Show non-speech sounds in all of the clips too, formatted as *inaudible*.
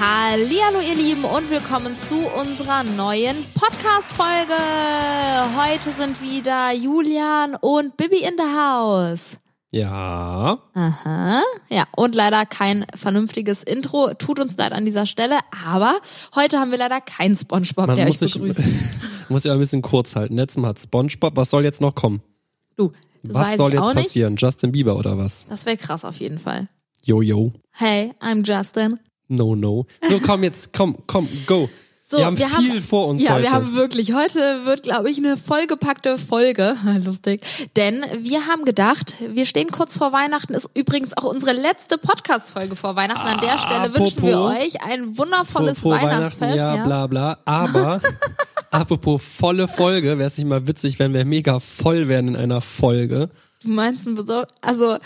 Hallo ihr Lieben und willkommen zu unserer neuen Podcast Folge. Heute sind wieder Julian und Bibi in der Haus. Ja. Aha. Ja, und leider kein vernünftiges Intro. Tut uns leid an dieser Stelle, aber heute haben wir leider keinen SpongeBob, Man der euch muss sich, *laughs* begrüßt. muss sich aber ein bisschen kurz halten. Letztes Mal hat SpongeBob. Was soll jetzt noch kommen? Du, das Was weiß soll ich auch jetzt nicht. passieren? Justin Bieber oder was? Das wäre krass auf jeden Fall. Yo, yo. Hey, I'm Justin. No, no. So, komm jetzt. Komm, komm, go. So, wir haben wir viel haben- vor uns Ja, heute. wir haben wirklich, heute wird, glaube ich, eine vollgepackte Folge. *laughs* Lustig. Denn wir haben gedacht, wir stehen kurz vor Weihnachten, ist übrigens auch unsere letzte Podcast-Folge vor Weihnachten. An der Stelle wünschen wir Ah, Apropos. euch ein Frohe- wundervolles frohe Weihnachtsfest. ja, ja. bla, bla. *laughs* Aber, apropos volle Folge, wäre es nicht mal witzig, wenn wir mega voll wären in einer Folge. Du meinst, ein besor- also,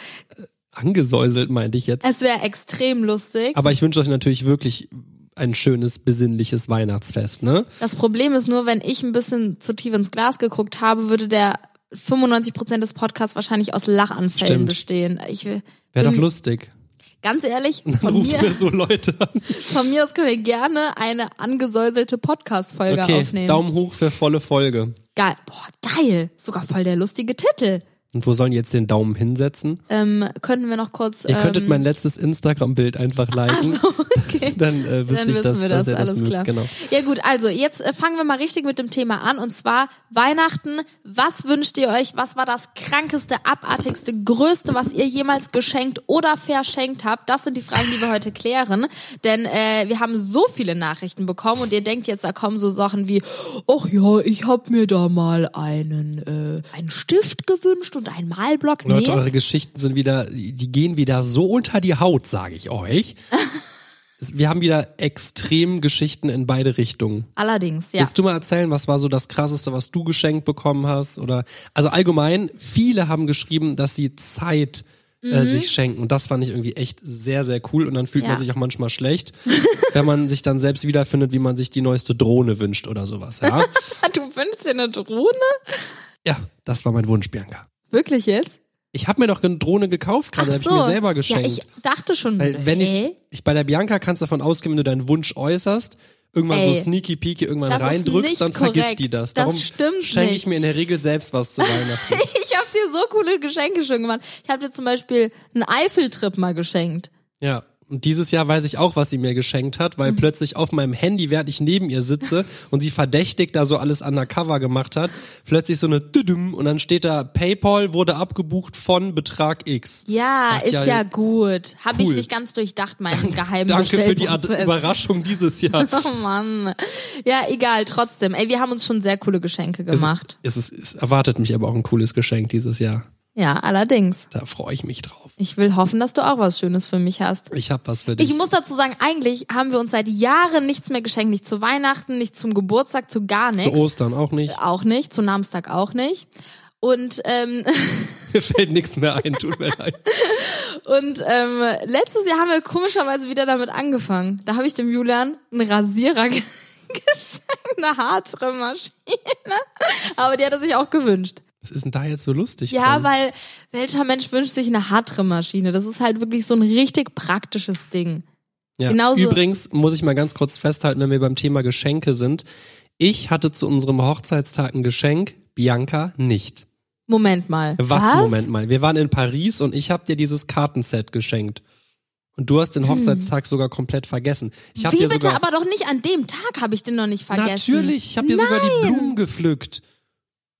Angesäuselt, meinte ich jetzt. es wäre extrem lustig. Aber ich wünsche euch natürlich wirklich ein schönes, besinnliches Weihnachtsfest, ne? Das Problem ist nur, wenn ich ein bisschen zu tief ins Glas geguckt habe, würde der 95% des Podcasts wahrscheinlich aus Lachanfällen Stimmt. bestehen. Ich will, Wäre doch bin- lustig. ganz ehrlich, *laughs* Dann von rufen mir. wir so Leute an. Von mir aus können wir gerne eine angesäuselte Podcast-Folge Okay, aufnehmen. Daumen hoch für volle Folge. geil. Boah, geil. Sogar voll der lustige Titel. Und wo sollen jetzt den Daumen hinsetzen? Ähm, könnten wir noch kurz. Ihr ähm, könntet mein letztes Instagram-Bild einfach liken. so, okay. *laughs* Dann äh, wüsste Dann ich, wissen dass, wir dass das, ihr das alles mögt. klar. Genau. Ja gut, also jetzt äh, fangen wir mal richtig mit dem Thema an und zwar Weihnachten. Was wünscht ihr euch? Was war das krankeste, abartigste, größte, was ihr jemals geschenkt oder verschenkt habt? Das sind die Fragen, die wir heute klären, denn äh, wir haben so viele Nachrichten bekommen und ihr denkt jetzt, da kommen so Sachen wie, ach ja, ich hab mir da mal einen, äh, einen Stift gewünscht und einen Malblock. Leute, nee. eure Geschichten sind wieder, die gehen wieder so unter die Haut, sage ich euch. *laughs* Es- Wir haben wieder extrem Geschichten in beide Richtungen. Allerdings, ja. Willst du mal erzählen, was war so das krasseste, was du geschenkt bekommen hast? Oder also allgemein, viele haben geschrieben, dass sie Zeit äh, sich schenken. Und das fand ich irgendwie echt sehr, sehr cool. Und dann fühlt Mhm. Ja. man sich auch *laughs* manchmal schlecht, wenn man sich dann selbst wiederfindet, wie man sich die neueste Drohne wünscht oder sowas. *laughs* Ja, *laughs* Du wünschst dir eine Drohne? ja das war mein Wunsch, Bianca. Wirklich jetzt? Ich habe mir doch eine Drohne gekauft gerade, habe ich mir selber geschenkt. Ja, ich dachte schon. Weil wenn hä? ich, ich bei der Bianca kannst du davon ausgehen, wenn du deinen Wunsch äußerst, irgendwann Ey, so sneaky peeky irgendwann das ist nicht reindrückst, dann vergisst korrekt. die das. Das Darum stimmt schenke nicht. ich mir in der Regel selbst was zu Weihnachten. *laughs* Ich habe dir so coole Geschenke schon gemacht. Ich habe dir zum Beispiel einen Eifeltrip mal geschenkt. ja. Und dieses Jahr weiß ich auch, was sie mir geschenkt hat, Mhm. weil plötzlich auf meinem Handy, während ich neben *laughs* ihr sitze und sie verdächtig da so alles undercover gemacht hat, plötzlich so eine Düdüm und dann steht da PayPal wurde abgebucht von Betrag X. Ja, Ach ist ja, ja, gut. Habe ich cool. nicht ganz durchdacht, *laughs* meinen geheimen Danke für die Ad Bestellprozess. Überraschung *laughs* dieses Jahr. Oh Mann. Ja, egal, trotzdem. Ey, wir haben uns schon sehr coole Geschenke gemacht. Es, es, es erwartet mich aber auch ein cooles Geschenk dieses Jahr. Ja, allerdings. Da freue ich mich drauf. Ich will hoffen, dass du auch was Schönes für mich hast. Ich hab was für dich. Ich muss dazu sagen, eigentlich haben wir uns seit Jahren nichts mehr geschenkt. Nicht zu Weihnachten, nicht zum Geburtstag, zu gar Zu nichts. Ostern auch nicht. Auch nicht, zu Namenstag auch nicht. Und ähm, *laughs* Mir fällt nichts mehr ein, tut mir leid. Und ähm, letztes Jahr haben wir komischerweise wieder damit angefangen. Da habe ich dem Julian einen Rasierer *laughs* ge- geschenkt, eine Haartrimmmaschine. Aber die hat er sich auch gewünscht. Was ist denn da jetzt so lustig? Ja, dran? weil welcher Mensch wünscht sich eine Haartrimmmaschine? Das ist halt wirklich so ein richtig praktisches Ding. ja. genauso- Übrigens muss ich mal ganz kurz festhalten, wenn wir beim Thema Geschenke sind. Ich hatte zu unserem Hochzeitstag ein Geschenk, Bianca nicht. Moment mal. Was? Moment mal. Wir waren in Paris und ich habe dir dieses Kartenset geschenkt. Und du hast den Hochzeitstag sogar komplett vergessen. Ich hab Hm. Wie dir bitte? sogar Aber doch nicht an dem Tag habe ich den noch nicht vergessen. Natürlich, ich habe dir sogar die Blumen gepflückt.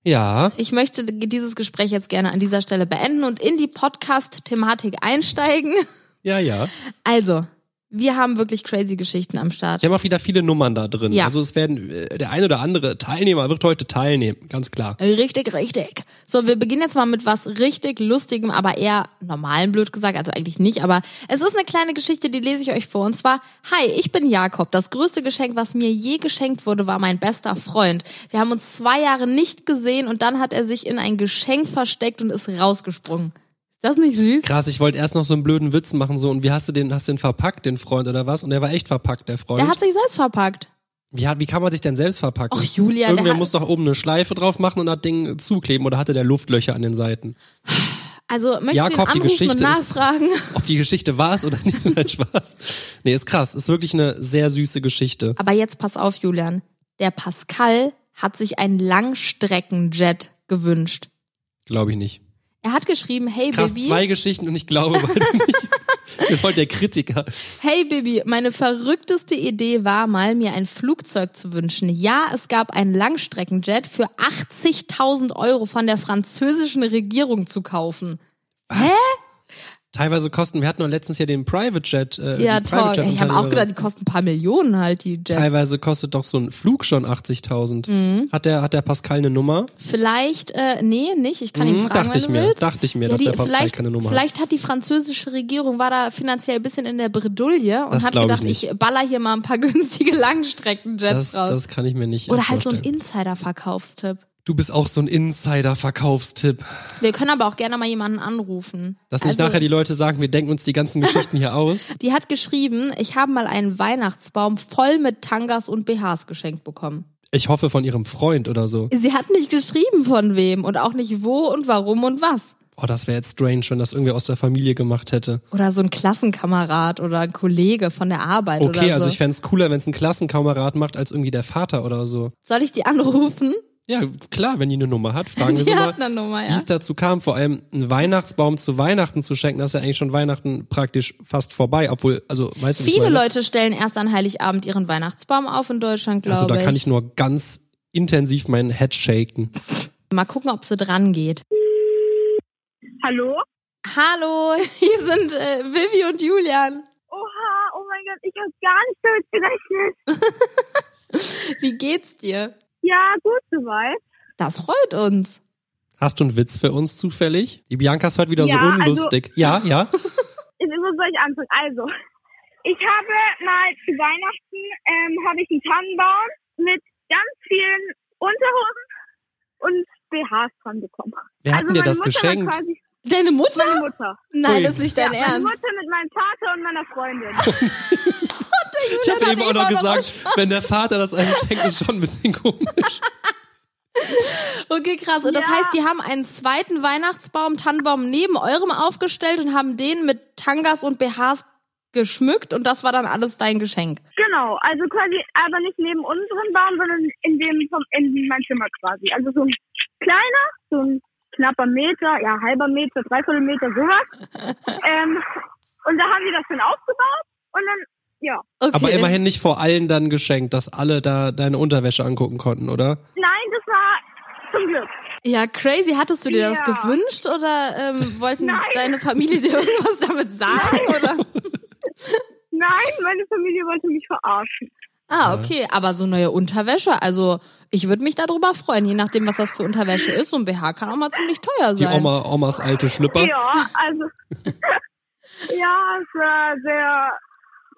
Ja. Ich möchte dieses Gespräch jetzt gerne an dieser Stelle beenden und in die Podcast-Thematik einsteigen. Ja, ja. Also, wir haben wirklich crazy Geschichten am Start. Wir haben auch wieder viele Nummern da drin. Ja. Also es werden äh, der ein oder andere Teilnehmer wird heute teilnehmen, ganz klar. Richtig, richtig. So, wir beginnen jetzt mal mit was richtig Lustigem, aber eher normalen, blöd gesagt. Also eigentlich nicht, aber es ist eine kleine Geschichte, die lese ich euch vor. Und zwar, hi, ich bin Jakob. Das größte Geschenk, was mir je geschenkt wurde, war mein bester Freund. Wir haben uns zwei Jahre nicht gesehen und dann hat er sich in ein Geschenk versteckt und ist rausgesprungen. Ist das nicht süß? Krass, ich wollte erst noch so einen blöden Witz machen so und wie hast du den hast du den verpackt den Freund oder was? Und der war echt verpackt der Freund. Der hat sich selbst verpackt. wie, hat, wie kann man sich denn selbst verpacken? Och, Julia, der Irgendwer hat- muss doch oben eine Schleife drauf machen und das Ding zukleben oder hatte der Luftlöcher an den Seiten? Also möchtest Jakob, du die ihn anrufen und Geschichte ist- nachfragen? *laughs* Ob die Geschichte wahr ist oder *laughs* nicht, nein, Spaß. Nee, ist krass. Ist wirklich eine sehr süße Geschichte. Aber jetzt pass auf, Julian. Der Pascal hat sich einen Langstreckenjet gewünscht. Glaube ich nicht. Er hat geschrieben, hey Krass, Baby, zwei Geschichten und ich glaube beide nicht. Ich bin voll der Kritiker. Hey Baby, meine verrückteste Idee war mal, mir ein Flugzeug zu wünschen. Ja, es gab einen Langstreckenjet für 80.000 Euro von der französischen Regierung zu kaufen. Teilweise kosten, wir hatten doch letztens hier den Private Jet. Äh, Ja, den toll. Private Jet Ich habe auch Unternehmer. gedacht, die kosten ein paar Millionen halt, die Jets. Mhm. Teilweise kostet doch so ein Flug schon 80.000. Hat, der, hat der Pascal eine Nummer? Vielleicht, äh, nee, nicht. Ich kann Hm, ihn fragen, dachte wenn ich du mir, willst. dachte ich mir, dass der Pascal vielleicht, keine Nummer hat. Vielleicht hat die französische Regierung, war da finanziell ein bisschen in der Bredouille und Das hat glaub ich gedacht, nicht. ich, baller hier mal ein paar *laughs* günstige Langstreckenjets Das, raus. das kann ich mir nicht äh, Oder halt so ein vorstellen. Insider-Verkaufstipp. Du bist auch so ein Insider-Verkaufstipp. Wir können aber auch gerne mal jemanden anrufen. Dass nicht Also, nachher die Leute sagen, wir denken uns die ganzen Geschichten hier aus. die hat geschrieben, ich habe mal einen Weihnachtsbaum voll mit Tangas und BHs geschenkt bekommen. Ich hoffe von ihrem Freund oder so. Sie hat nicht geschrieben von wem und auch nicht wo und warum und was. Oh, das wäre jetzt strange, wenn das irgendwer aus der Familie gemacht hätte. Oder so ein Klassenkamerad oder ein Kollege von der Arbeit Okay, oder so. also ich fänd's cooler, wenn es ein Klassenkamerad macht, als irgendwie der Vater oder so. Soll ich die anrufen? Ja, klar, wenn die *laughs* eine Nummer hat, fragen wir sie Die mal, hat eine Nummer, *laughs* wie Ah, ja. es dazu kam. Vor allem einen Weihnachtsbaum zu Weihnachten zu schenken, das ist ja eigentlich schon Weihnachten praktisch fast vorbei. Obwohl, also, weißt du, wie ich Viele meine? Leute stellen erst an Heiligabend ihren Weihnachtsbaum auf in Deutschland, glaube Also da kann ich. ich nur ganz intensiv meinen Head shaken. Mal gucken, ob sie dran geht. Hallo? Hallo, *laughs* hier sind äh, Vivi und Julian. Oha, oh mein Gott, ich habe gar nicht damit gerechnet. Wie geht's dir? Ja, gut soweit. Das freut uns. Hast du einen Witz für uns zufällig? Die Bianca ist heute wieder so Ja, also- unlustig. ja, *laughs* ja. Ist immer soll ich anfangen. Also, *laughs* ich habe mal zu Weihnachten ähm, habe ich einen Tannenbaum mit ganz vielen Unterhosen und BHs dran bekommen. Wer hat denn also dir meine das Mutter war geschenkt? Quasi Deine Mutter? meine Mutter. Nein, Ui. das ist nicht dein Meine Ernst. Mutter mit meinem Vater und meiner Freundin. Ich habe hat eben auch noch immer noch gesagt, wenn der Vater das einem schenkt, ist schon ein bisschen *laughs* komisch. Okay, krass. Und das Ja. heißt, die haben einen zweiten Weihnachtsbaum, Tannenbaum neben eurem aufgestellt und haben den mit Tangas und BHs geschmückt und das war dann alles dein Geschenk. genau, also quasi, aber nicht neben unserem Baum, sondern in dem vom in mein Zimmer quasi. Also so ein kleiner, so ein knapper Meter, ja halber Meter, dreiviertel Meter, sowas. ähm, und da haben die das dann aufgebaut und dann, ja. Okay. Aber immerhin nicht vor allen dann geschenkt, dass alle da deine Unterwäsche angucken konnten, oder? Nein, das war zum Glück. Ja, crazy. Hattest du dir das Ja. gewünscht oder *laughs* ähm, wollten Nein. deine Familie dir irgendwas damit sagen? Oder? Nein, meine Familie wollte mich verarschen. Ah, okay. Aber so neue Unterwäsche, also ich würde mich darüber freuen, je nachdem, was das für Unterwäsche ist. So ein BH kann auch mal ziemlich teuer sein. Die Oma, Omas alte Schlüpper. Ja, also. ja, es war sehr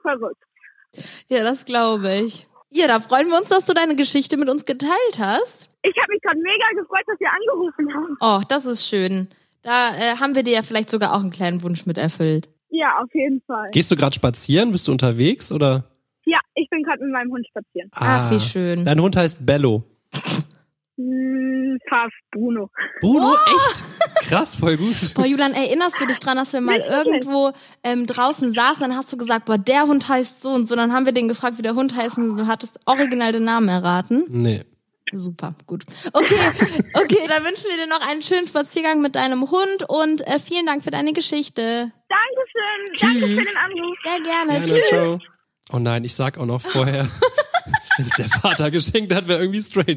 verrückt. Ja, das glaube ich. Ja, da freuen wir uns, dass du deine Geschichte mit uns geteilt hast. Ich habe mich gerade mega gefreut, dass ihr angerufen habt. Oh, das ist schön. Da äh, haben wir dir ja vielleicht sogar auch einen kleinen Wunsch mit erfüllt. Ja, auf jeden Fall. Gehst du gerade spazieren? Bist du unterwegs oder? Ah. Ja, ich bin gerade mit meinem Hund spazieren. Ach, wie schön. Dein Hund heißt Bello. Hm, fast Bruno. Bruno, echt? Krass, voll gut. Boah, Julian, erinnerst du dich dran, dass wir mal irgendwo ähm, draußen saßen, dann hast du gesagt, boah, der Hund heißt so und so, dann haben wir den gefragt, wie der Hund heißt und du hattest original den Namen erraten. Nee. Super, gut. Okay, okay, dann wünschen wir dir noch einen schönen Spaziergang mit deinem Hund und äh, vielen Dank für deine Geschichte. Dankeschön. Danke für Tschüss. den Anruf. Sehr gerne. Gerne, Tschüss. ciao. Oh nein, ich sag auch *laughs* noch vorher, wenn der Vater geschenkt hat, wäre irgendwie strange.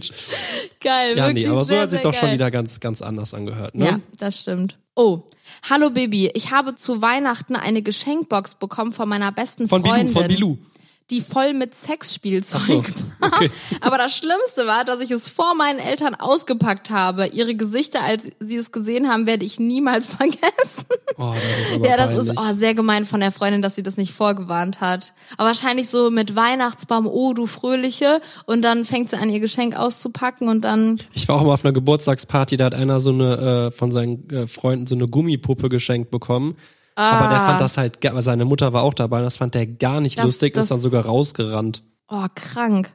Geil, Ja, wirklich nee, aber so sehr, hat sich sehr doch schon geil. wieder ganz, ganz anders angehört, ne? Ja, das stimmt. Oh, hallo Baby, ich habe zu Weihnachten eine Geschenkbox bekommen von meiner besten Von Bilou, Freundin, von Bilou. die voll mit Sexspielzeug So, okay. Aber das Schlimmste war, dass ich es vor meinen Eltern ausgepackt habe. Ihre Gesichter, als sie es gesehen haben, werde ich niemals *laughs* vergessen. Oh, das ist aber Ja, das peinlich. ist oh, sehr gemein von der Freundin, dass sie das nicht vorgewarnt hat. Aber wahrscheinlich so mit Weihnachtsbaum, oh du Fröhliche. Und dann fängt sie an, ihr Geschenk auszupacken und dann, Ich war auch mal auf einer Geburtstagsparty, da hat einer so eine äh, von seinen äh, Freunden so eine Gummipuppe geschenkt bekommen. Aber der fand das halt, ge- aber seine Mutter war auch dabei und das fand der gar nicht Ah. Das- lustig, das- ist dann sogar rausgerannt. *laughs* oh, krank.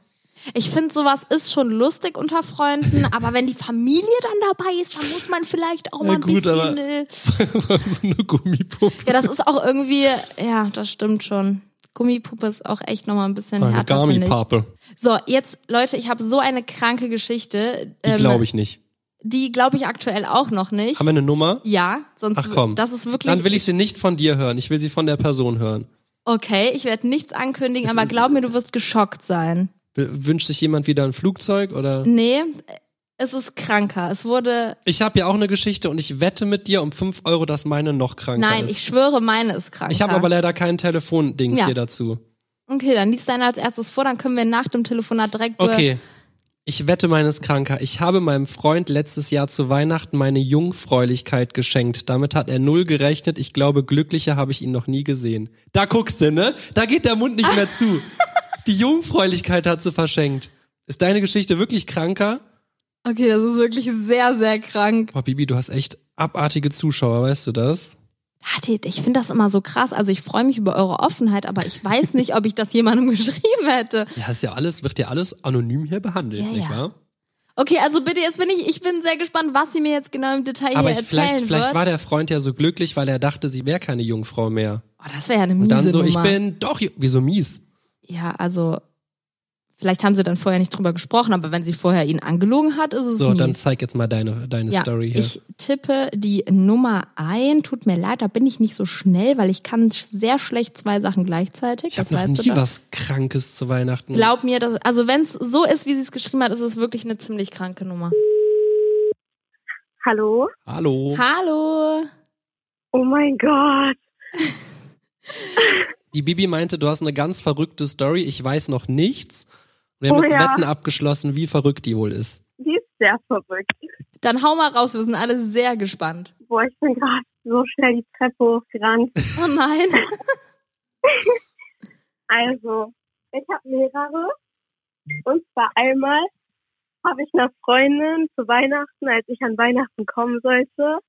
Ich finde, sowas ist schon lustig unter Freunden, aber wenn die Familie dann dabei ist, dann muss man vielleicht auch mal ein gut, aber- bisschen. Äh, so eine Gummipuppe. ja, das ist auch irgendwie, ja, das stimmt schon. Gummipuppe ist auch echt nochmal ein bisschen Ah, Eine härter. finde ich. Gummipappe. So, jetzt, Leute, ich habe so eine kranke Geschichte. ähm, Die glaube ich nicht. Die glaube ich aktuell auch noch nicht. Haben wir eine Nummer? ja, sonst Ach komm. das ist wirklich. Dann will ich sie nicht von dir hören. Ich will sie von der Person hören. okay, ich werde nichts ankündigen, Es aber ist- glaub mir, du wirst geschockt sein. W- Wünscht sich jemand wieder ein Flugzeug oder? Nee, es ist kranker. Es wurde. Ich habe ja auch eine Geschichte und ich wette mit dir um 5 Euro, dass meine noch kranker Nein, ist. ich schwöre, meine ist kranker. ich habe aber leider kein Telefondings Ja. hier dazu. Okay, dann liest deine als erstes vor, dann können wir nach dem Telefonat direkt. be- Okay. Ich wette, meines kranker. Ich habe meinem Freund letztes Jahr zu Weihnachten meine Jungfräulichkeit geschenkt. Damit hat er null gerechnet. Ich glaube, glücklicher habe ich ihn noch nie gesehen. Da guckst du, ne? Da geht der Mund nicht *laughs* mehr zu. Die Jungfräulichkeit hat sie verschenkt. Ist deine Geschichte wirklich kranker? Okay, das ist wirklich sehr, sehr krank. Boah, Bibi, du hast echt abartige Zuschauer, weißt du das? Hadid, ich finde das immer so krass. Also ich freue mich über eure Offenheit, aber ich weiß nicht, ob ich das jemandem *laughs* geschrieben hätte. Ja, ist ja alles, wird ja alles anonym hier behandelt, Ja, nicht ja. wahr? Okay, also bitte, jetzt bin ich, ich bin sehr gespannt, was sie mir jetzt genau im Detail Aber hier ich, vielleicht, erzählen vielleicht wird. war der Freund ja so glücklich, weil er dachte, sie wäre keine Jungfrau mehr. oh, das wäre ja eine miese Und dann so, ich Nummer. bin doch, Ju- wieso mies? Ja, also vielleicht haben sie dann vorher nicht drüber gesprochen, aber wenn sie vorher ihn angelogen hat, ist es So, mies. dann zeig jetzt mal deine, deine ja, Story hier. ich tippe die Nummer ein. Tut mir leid, da bin ich nicht so schnell, weil ich kann sch- sehr schlecht zwei Sachen gleichzeitig. ich das habe noch weißt nie du doch. was Krankes zu Weihnachten. Glaub mir, dass, also wenn es so ist, wie sie es geschrieben hat, ist es wirklich eine ziemlich kranke Nummer. Hallo? Hallo. Hallo. Oh mein Gott. Die Bibi meinte, du hast eine ganz verrückte Story. Ich weiß noch nichts. Wir haben Oh jetzt ja. Wetten abgeschlossen, wie verrückt die wohl ist. Die ist sehr verrückt. Dann hau mal raus, wir sind alle sehr gespannt. Boah, ich bin gerade so schnell die Treppe hochgerannt. Oh *laughs* nein. Also, ich habe mehrere. Und zwar einmal habe ich einer Freundin zu Weihnachten, als ich an Weihnachten kommen sollte,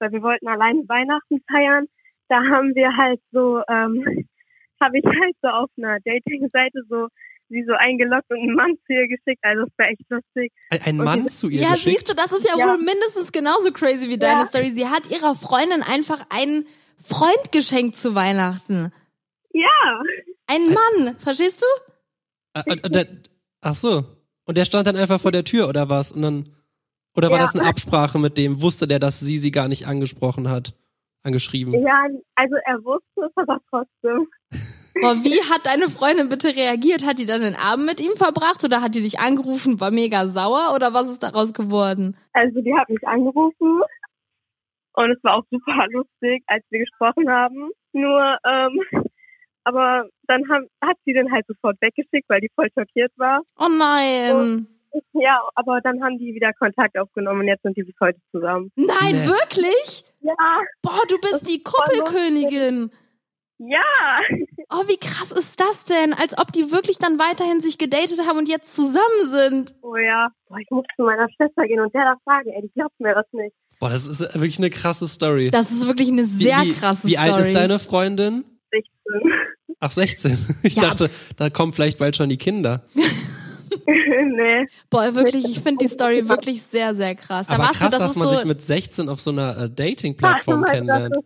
weil wir wollten alleine Weihnachten feiern, da haben wir halt so, ähm, *laughs* habe ich halt so auf einer Dating-Seite so sie so eingeloggt und einen Mann zu ihr geschickt. Also es war echt lustig. Ein, ein Okay. Mann zu ihr Ja, geschickt. siehst du, das ist ja, Ja. wohl mindestens genauso crazy wie deine Ja. Story. Sie hat ihrer Freundin einfach einen Freund geschenkt zu Weihnachten. Ja, Einen Mann, verstehst du? Äh, äh, der, ach so. Und der stand dann einfach vor der Tür oder was? Und dann oder war Ja. das eine Absprache mit dem? Wusste der, dass sie sie gar nicht angesprochen hat, angeschrieben? ja, also er wusste es aber trotzdem. Boah, *laughs* wie hat deine Freundin bitte reagiert? Hat die dann den Abend mit ihm verbracht oder hat die dich angerufen, war mega sauer oder was ist daraus geworden? Also die hat mich angerufen und es war auch super lustig, als wir gesprochen haben. Nur, ähm, aber dann haben, hat sie den halt sofort weggeschickt, weil die voll schockiert war. Oh nein. Ja, aber dann haben die wieder Kontakt aufgenommen und jetzt sind die bis heute zusammen. Nein, Nee. wirklich? Ja, Boah, du bist die lustig. Kuppelkönigin. ja, Oh, wie krass ist das denn? Als ob die wirklich dann weiterhin sich gedatet haben und jetzt zusammen sind. oh ja. Boah, ich muss zu meiner Schwester gehen und der das sagen, ey, die glaubt mir das nicht. Boah, das ist wirklich eine krasse Story. Das ist wirklich eine Wie- sehr wie, krasse Wie Story. alt ist deine Freundin? 16. Ach, 16. *laughs* Ich Ja. dachte, da kommen vielleicht bald schon die Kinder. *laughs* nee. Boah, wirklich, ich finde die Story wirklich sehr, sehr krass. Da Aber warst krass, du, das dass ist man so. sich mit 16 auf so einer äh, Dating-Plattform Warte mal, das kennenlernt.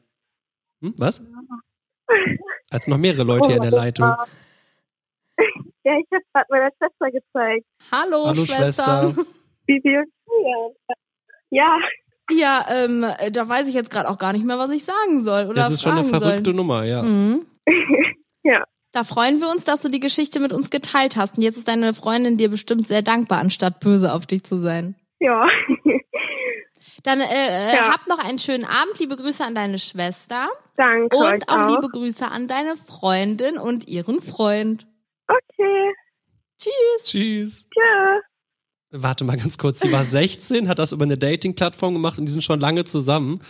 Hm, was? *laughs* Als noch mehrere Leute hier in der Oh, Leitung. das war- Ja, ich habe gerade meiner Schwester gezeigt. Hallo, Hallo, Schwestern. Schwester. Bibi und Julian. Ja, *laughs* Ja, ähm, äh, da weiß ich jetzt gerade auch gar nicht mehr, was ich sagen soll oder Das ist schon eine fragen verrückte soll. Nummer, ja. Mhm. *laughs* Ja. Da freuen wir uns, dass du die Geschichte mit uns geteilt hast. Und jetzt ist deine Freundin dir bestimmt sehr dankbar, anstatt böse auf dich zu sein. ja. Dann äh, äh, Ja. hab noch einen schönen Abend. Liebe Grüße an deine Schwester Danke. euch und auch liebe Grüße an deine Freundin und ihren Freund. Okay, Tschüss. Tschüss. tschüss. Warte mal ganz kurz. Sie war 16, hat das über eine Dating-Plattform gemacht und die sind schon lange zusammen.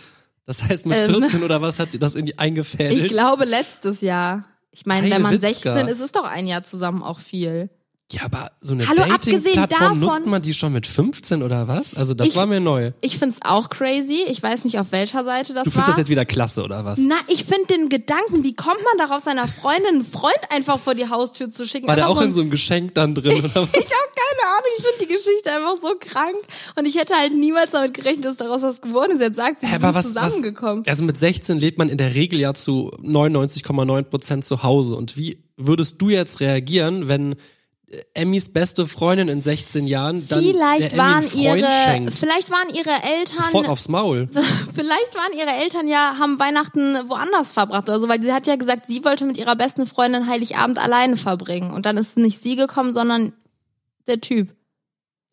Das heißt, mit Ähm. 14 oder was hat sie das irgendwie Ich eingefädelt? glaube letztes Jahr. Ich meine, wenn man Heidewitzka. 16 ist, ist doch ein Jahr zusammen auch viel. Ja, aber so eine Hallo, abgesehen Dating-Plattform davon- nutzt man die schon mit 15 oder was? Also das Ich- war mir neu. Ich find's auch crazy. Ich weiß nicht, auf welcher Seite das Du war. findest das jetzt wieder klasse oder was? Na, ich find den Gedanken, wie kommt man darauf, seiner Freundin einen Freund einfach vor die Haustür zu schicken? War der Einfach auch so in ein- so einem Geschenk dann drin oder was? *laughs* Ich habe keine Ahnung, ich finde die Geschichte einfach so krank. Und ich hätte halt niemals damit gerechnet, dass daraus was geworden ist. Jetzt sagt sie, sie Hä, aber sind was, zusammengekommen. Was, also mit 16 lebt man in der Regel ja zu 99,9 Prozent zu Hause. Und wie würdest du jetzt reagieren, wenn äh, Emmys beste Freundin in 16 Jahren dann vielleicht der Emmy einen waren Freund ihre, schenkt? vielleicht waren ihre Eltern, Sofort aufs Maul. vielleicht waren ihre Eltern ja, haben Weihnachten woanders verbracht oder so, weil sie hat ja gesagt, sie wollte mit ihrer besten Freundin Heiligabend alleine verbringen. Und dann ist nicht sie gekommen, sondern der Typ.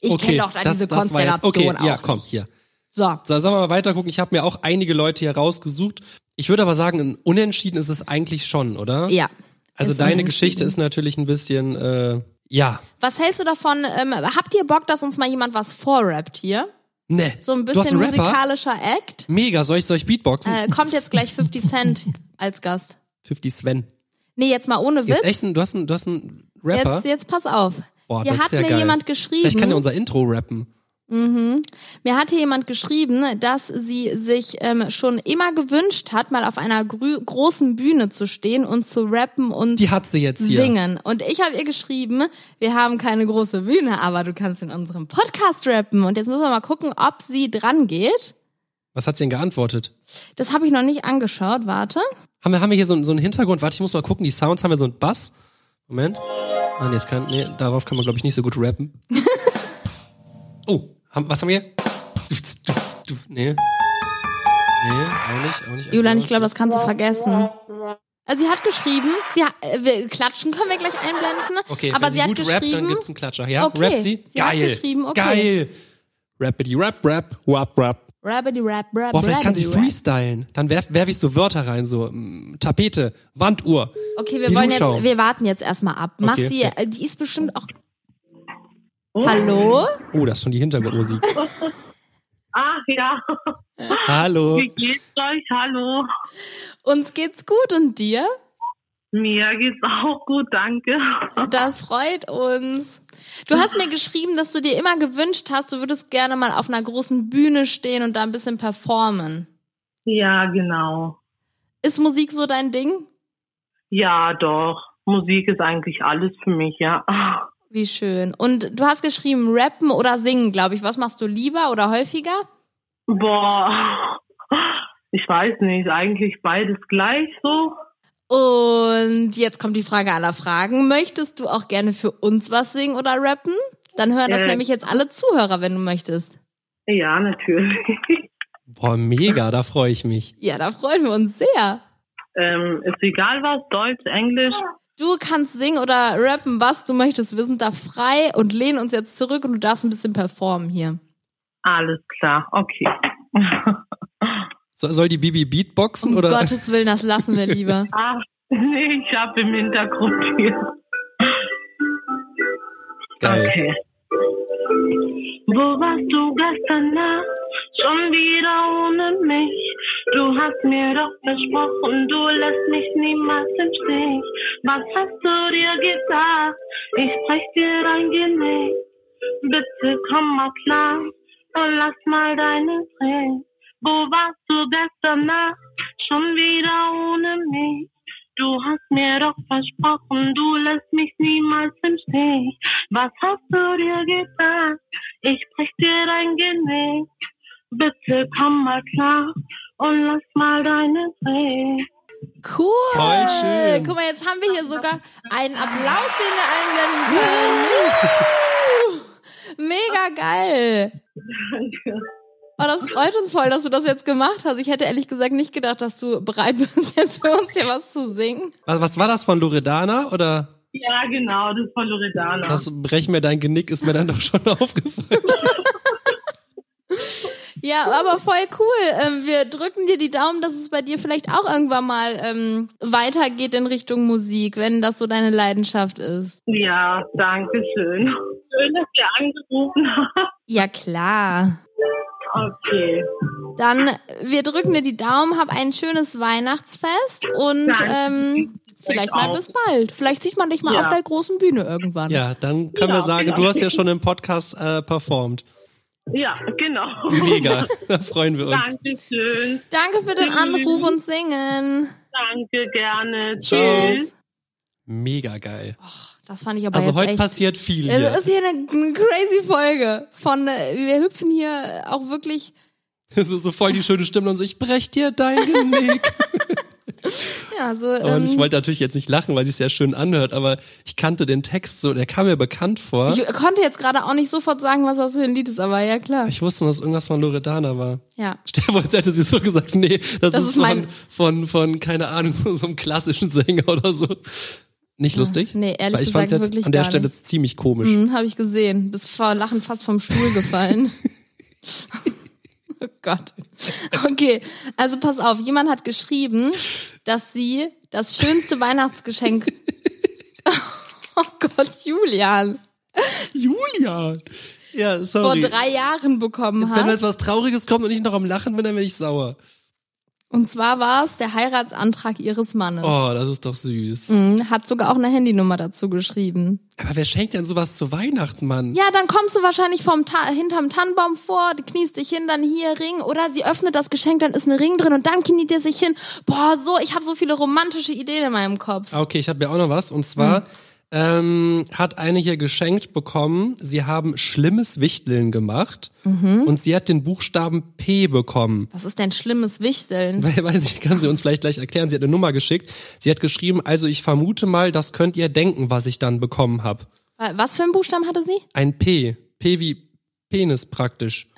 Ich okay, kenne doch da das, diese das war jetzt, Konstellation okay, auch. Ja, komm, hier. So. So, sollen wir mal weitergucken? Ich habe mir auch einige Leute hier rausgesucht. Ich würde aber sagen, ein Unentschieden ist es eigentlich schon, oder? Ja. Also Ist deine unentschieden. Geschichte ist natürlich ein bisschen, äh, ja. Was hältst du davon? Ähm, habt ihr Bock, dass uns mal jemand was vorrappt hier? Ne. So ein du hast bisschen einen Rapper? musikalischer Act. Mega, soll ich, soll ich Beatboxen? Äh, kommt jetzt gleich 50 Cent als Gast. 50 Sven. Nee, jetzt mal ohne Witz. Jetzt echt, ein, du hast einen, du hast einen Rapper? Jetzt, jetzt pass auf. Boah, Hier das hat ist ja mir geil. jemand geschrieben. Vielleicht kann ja unser Intro rappen. Mir hat hier jemand geschrieben, dass sie sich ähm, schon immer gewünscht hat, mal auf einer grü- großen Bühne zu stehen und zu rappen und Die hat sie jetzt hier. singen. Und ich habe ihr geschrieben, wir haben keine große Bühne, aber du kannst in unserem Podcast rappen. Und jetzt müssen wir mal gucken, ob sie dran geht. Was hat sie denn geantwortet? Das habe ich noch nicht angeschaut, warte. Haben wir, haben wir hier so, einen- so einen Hintergrund? Warte, ich muss mal gucken. Die Sounds haben wir so einen Bass. Moment. Ah, nee, das kann, nee, darauf kann man, glaube ich, nicht so gut rappen. oh, haben, was haben wir hier? Dufts, dufts, duf, nee. Nee, auch nicht, auch nicht. Julian, ich glaube, das kannst du vergessen. Also sie hat geschrieben, sie ha äh, wir klatschen können wir gleich einblenden, Okay, aber wenn sie hat gut rappt, dann geschrieben, gibt's einen Klatscher. Ja, Okay, rappt sie? sie hat Geil. geschrieben, okay. Geil. Rappity rap, rap, wap, rap. rabbity rap, rap, Boah, vielleicht kann sie rabbity rap. freestylen. Dann werf, werf ich so Wörter rein, so mm, Tapete, Wanduhr. Okay, wir Die wollen jetzt, Luschau. wir warten jetzt erstmal ab. Mach Okay, sie, äh, die ist bestimmt auch. Hallo? Oh, das ist schon *laughs* die Hintergrundmusik. Ach ja, Hallo. wie geht's euch? Hallo. Uns geht's gut und dir? Mir geht's auch gut, danke. Das freut uns. Du hast mir geschrieben, dass du dir immer gewünscht hast, du würdest gerne mal auf einer großen Bühne stehen und da ein bisschen performen. Ja, genau. Ist Musik so dein Ding? Ja, doch. Musik ist eigentlich alles für mich, ja. Wie schön. Und du hast geschrieben, rappen oder singen, glaube ich. Was machst du lieber oder häufiger? Boah. Ich weiß nicht, eigentlich beides gleich so. Und jetzt kommt die Frage aller Fragen. Möchtest du auch gerne für uns was singen oder rappen? Dann hören das Äh. nämlich jetzt alle Zuhörer, wenn du möchtest. Ja, natürlich. Boah, mega, da freue ich mich. Ja, da freuen wir uns sehr. Ähm, ist egal was, Deutsch, Englisch. Du kannst singen oder rappen, was du möchtest. Wir sind da frei und lehnen uns jetzt zurück und du darfst ein bisschen performen hier. Alles klar, okay. So, soll die Bibi Beatboxen Um oder? Gottes Willen, das lassen wir lieber. Ach, Ah, *laughs* nee, ich habe im Hintergrund hier. *laughs* Geil. Okay. Wo warst du gestern Nacht? Schon wieder ohne mich. Du hast mir doch versprochen, du lässt mich niemals im Stich. Was hast du dir gedacht? Ich brech dir dein Genick. Bitte komm mal klar und lass mal deine Tränen. Wo warst du gestern Nacht? Schon wieder ohne mich. Du hast mir doch versprochen, du lässt mich niemals im Stich. Was hast du dir gedacht? Ich brech dir dein Genick. Bitte komm mal klar und lass mal deine Tränen. Cool. Voll schön. Guck mal, jetzt haben wir hier sogar einen Applaus, den wir einblenden können. Mega geil. Oh, das freut uns voll, dass du das jetzt gemacht hast. Ich hätte ehrlich gesagt nicht gedacht, dass du bereit bist, *laughs* jetzt für uns hier was zu singen. Was, was war das von Loredana oder? Ja, genau, das ist von Loredana. Das brech mir dein Genick ist mir dann doch schon *laughs* aufgefallen. Ja, aber voll cool. Ähm, wir drücken dir die Daumen, dass es bei dir vielleicht auch irgendwann mal ähm, weitergeht in Richtung Musik, wenn das so deine Leidenschaft ist. ja, danke schön. Schön, dass ihr angerufen habt. Ja, klar. Okay. Dann, wir drücken dir die Daumen, hab ein schönes Weihnachtsfest und Danke. ähm, vielleicht mal auch. bis bald. Vielleicht sieht man dich mal Ja. auf der großen Bühne irgendwann. Ja, dann können Ja, wir sagen, du genau. hast ja schon im Podcast äh, performt. Ja, genau. *laughs* *laughs* Mega, da freuen wir uns. Dankeschön. Danke für den Anruf und Singen. Danke gerne. Ciao. Tschüss. Mega geil. Das fand ich aber Also jetzt heute echt. passiert viel Es hier. ist hier eine crazy Folge von, äh, wir hüpfen hier auch wirklich, So, so voll die schöne Stimme und so, ich brech dir dein *laughs* Genick. ja, so, Und ich ähm, wollte natürlich jetzt nicht lachen, weil sie es ja schön anhört, aber ich kannte den Text so, der kam mir bekannt vor. ich konnte jetzt gerade auch nicht sofort sagen, was das für ein Lied ist, aber ja, klar. Ich wusste, dass irgendwas von Loredana war. Ja. Stell als hätte sie so gesagt, nee, das, Das ist, ist mein- von, von, von, keine Ahnung, *laughs* so einem klassischen Sänger oder so. Nicht lustig? nee, ehrlich Weil ich gesagt fand's jetzt wirklich an der gar Stelle nicht. ziemlich komisch. Hm, Habe ich gesehen. Bis vor Lachen fast vom Stuhl *laughs* gefallen. oh Gott. Okay, also pass auf. Jemand hat geschrieben, dass sie das schönste *laughs* Weihnachtsgeschenk. oh Gott, Julian. Julia! Ja, Vor sorry. drei Jahren bekommen Jetzt, wenn hat. jetzt was Trauriges kommt und ich noch am Lachen bin, dann bin ich sauer. Und zwar war es der Heiratsantrag ihres Mannes. Oh, das ist doch süß. Hm, Hat sogar auch eine Handynummer dazu geschrieben. Aber wer schenkt denn sowas zu Weihnachten, Mann? Ja, dann kommst du wahrscheinlich vom Ta hinterm Tannenbaum vor, du kniest dich hin, dann hier Ring oder sie öffnet das Geschenk, dann ist ein Ring drin und dann kniet ihr sich hin. Boah, so, ich habe so viele romantische Ideen in meinem Kopf. Ah, Okay, ich habe ja auch noch was. Und Mhm. zwar ähm, hat eine hier geschenkt bekommen, sie haben schlimmes Wichteln gemacht Mhm. und sie hat den Buchstaben P bekommen. Was ist denn schlimmes Wichseln? Weil, *laughs* weiß ich, kann sie uns vielleicht gleich erklären. Sie hat eine Nummer geschickt. Sie hat geschrieben, also ich vermute mal, das könnt ihr denken, was ich dann bekommen habe. Wa- Was für einen Buchstaben hatte sie? Ein P. P wie *laughs* Penis praktisch.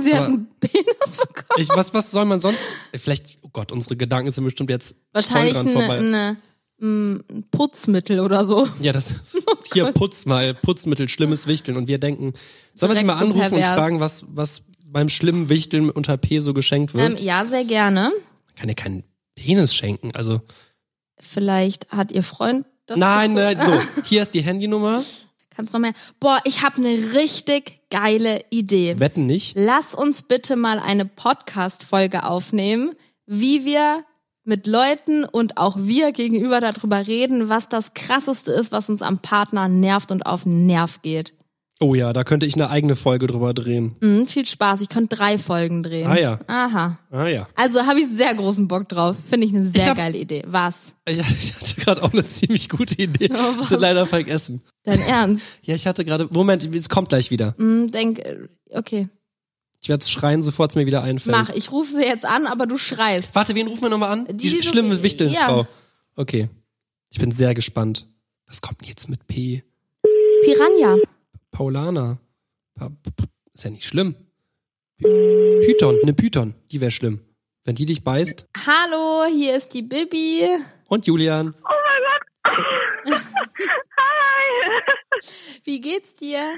Sie hat Aber- einen Penis bekommen. Ich, was, was soll man sonst? Vielleicht, oh Gott, unsere Gedanken sind bestimmt jetzt *laughs* Wahrscheinlich voll dran eine, vorbei. eine, mm, ein Putzmittel oder so. *laughs* Ja, das Oh hier putz mal, Putzmittel, schlimmes Wichteln. Und wir denken, sollen wir sie mal Direkt so anrufen pervers. und fragen, was, was beim schlimmen Wichteln unter P so geschenkt wird? Ähm, ja, sehr gerne. Kann dir keinen Penis schenken. Also, Vielleicht hat ihr Freund das nein, äh, gezogen. *laughs* nein, so, hier ist die Handynummer. Kannst noch mehr. Boah, ich habe eine richtig geile Idee. Wetten nicht. Lass uns bitte mal eine Podcast-Folge aufnehmen, wie wir mit Leuten und auch wir gegenüber darüber reden, was das krasseste ist, was uns am Partner nervt und auf den Nerv geht. Oh ja, da könnte ich eine eigene Folge drüber drehen. Hm, viel Spaß, ich könnte drei Folgen drehen. Ah ja. Aha. Ah ja. Also habe ich sehr großen Bock drauf. Finde ich eine sehr Ich hab- geile Idee. Was? Ich, *laughs* ich hatte gerade auch eine ziemlich gute Idee. Oh, was? Ich leider vergessen. *laughs* Dein Ernst? Ja, ich hatte gerade. Moment, es kommt gleich wieder. Hm, denk, äh, okay. Ich werde schreien, sofort es mir wieder einfällt. Mach, ich rufe sie jetzt an, aber du schreist. Warte, wen rufen wir nochmal an? Die, Die, die so- schlimme Wichtelfrau. ja. Okay. Ich bin sehr gespannt. Was kommt denn jetzt mit P? Piranha. Paulana. Pa P- ist ja nicht schlimm. Py- Python, eine Python, die wäre schlimm. Wenn die dich beißt. Hallo, hier ist die Bibi. Und Julian. Wie geht's dir?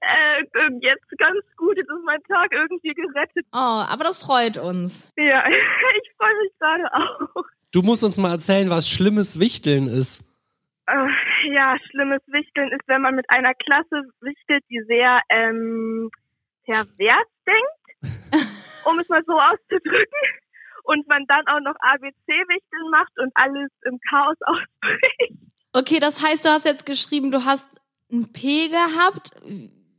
Äh, äh, jetzt ganz gut, jetzt ist mein Tag irgendwie gerettet. Oh, aber das freut uns. Ja, *laughs* ich freue mich gerade auch. Du musst uns mal erzählen, was schlimmes Wichteln ist. Äh, ja, schlimmes Wichteln ist, wenn man mit einer Klasse wichtelt, die sehr ähm, pervers denkt, um es mal so auszudrücken, und man dann auch noch ABC-Wichteln macht und alles im Chaos ausbricht. *laughs* Okay, das heißt, du hast jetzt geschrieben, du hast ein P gehabt.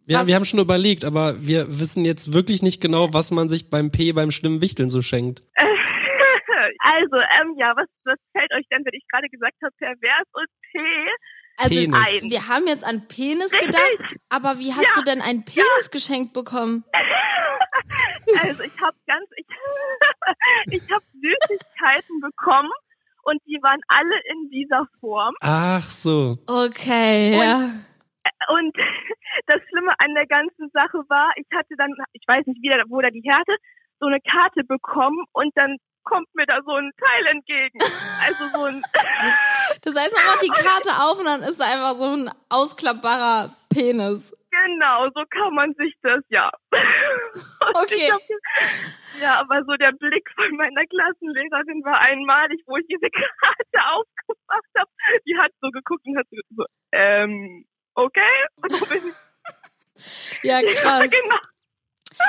Ja, Was- wir haben schon überlegt, aber wir wissen jetzt wirklich nicht genau, was man sich beim P beim schlimmen Wichteln so schenkt. Also, ähm, ja, was, was fällt euch denn, wenn ich gerade gesagt habe, pervers und P? Also Penis. wir haben jetzt an Penis Richtig. gedacht, aber wie hast Ja. du denn ein Penis geschenkt bekommen? Also ich habe ganz, ich, *laughs* ich habe Süßigkeiten bekommen und die waren alle in dieser Form. Ach so. Okay, Und- ja. Und *laughs* das Schlimme an der ganzen Sache war, ich hatte dann, ich weiß nicht wieder, wo da die Härte, so eine Karte bekommen und dann kommt mir da so ein Teil entgegen. Also so ein, Das heißt, man macht die Karte auf und dann ist da einfach so ein ausklappbarer Penis. genau, so kann man sich das, ja. *laughs* Und Okay. ich hab ge- ja, aber so der Blick von meiner Klassenlehrerin war einmalig, wo ich diese *laughs* Karte aufgemacht habe. Die hat so geguckt und hat so, so ähm, okay. Und so bin ich, Ja, ja, krass. genau.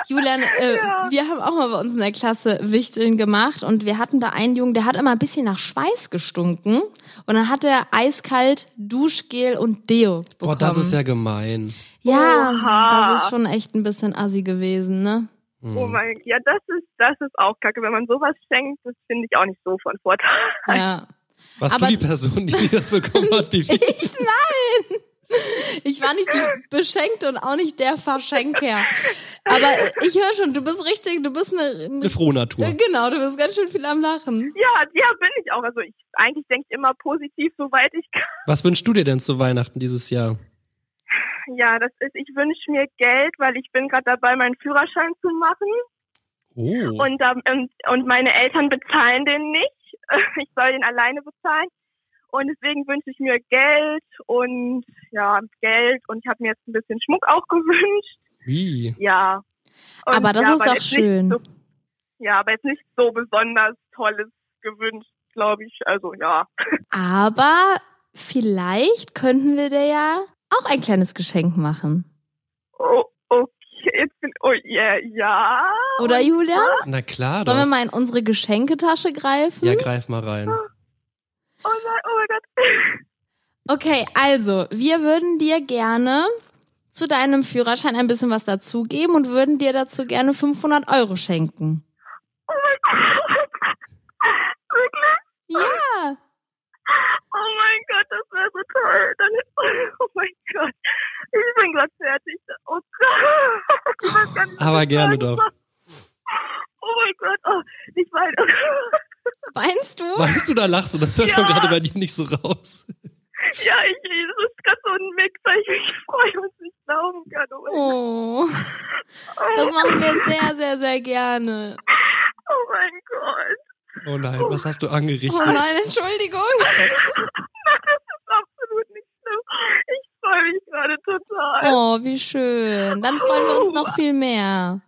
Julian, äh, Ja. wir haben auch mal bei uns in der Klasse Wichteln gemacht und wir hatten da einen Jungen, der hat immer ein bisschen nach Schweiß gestunken und dann hat er eiskalt Duschgel und Deo bekommen. Boah, das ist ja gemein. Ja, Oha. das ist schon echt ein bisschen assi gewesen, ne? Oh mein Gott, ja, das ist, das ist auch kacke. Wenn man sowas schenkt, das finde ich auch nicht so von Vorteil. *laughs* Ja. Warst Aber- du die Person, die *laughs* das bekommen hat, Bibi? *laughs* Ich nein! Ich war nicht die Beschenkte und auch nicht der Verschenker. Aber ich höre schon, du bist richtig, du bist eine. Eine Frohnatur. genau, du bist ganz schön viel am Lachen. Ja, ja, bin ich auch. Also ich eigentlich denke ich immer positiv, soweit ich kann. Was wünschst du dir denn zu Weihnachten dieses Jahr? Ja, das ist, ich wünsche mir Geld, weil ich bin gerade dabei, meinen Führerschein zu machen Oh. und, ähm, und- und meine Eltern bezahlen den nicht. *laughs* Ich soll den alleine bezahlen. Und deswegen wünsche ich mir Geld und ja, Geld und ich habe mir jetzt ein bisschen Schmuck auch gewünscht. Wie? Ja. Und Aber das ja, ist doch jetzt nicht schön. So, ja, aber jetzt nicht so besonders Tolles gewünscht, glaube ich. Also ja. Aber vielleicht könnten wir dir ja auch ein kleines Geschenk machen. Oh, okay. Jetzt bin, oh, yeah, ja. Oder Julia? Na klar Sollen wir hm? doch. mal in unsere Geschenketasche greifen? Ja, greif mal rein. Oh mein, oh mein Gott. Okay, also, wir würden dir gerne zu deinem Führerschein ein bisschen was dazugeben und würden dir dazu gerne 500 Euro schenken. oh *laughs* Ja, Oh mein Gott, das wäre so toll. Dann, oh mein Gott. Ich bin gerade fertig. Oh Gott. Ich weiß gar nicht, was Aber ich gerne sagen doch. soll. Oh mein Gott. Oh, ich weine. weinst du? Weißt du, da lachst du, das hört man Ja. gerade bei dir nicht so raus. *laughs* Ja, ich, das ist gerade so ein Mix, weil ich mich freue und es nicht glauben kann. Oh mein, Oh, das oh, machen wir sehr, sehr, sehr gerne. oh mein Gott. Oh nein, was hast du Oh angerichtet? nein, *laughs* Entschuldigung. Das ist absolut nicht schlimm. Ich freue mich gerade total. Oh, wie schön. Dann freuen wir uns noch viel mehr.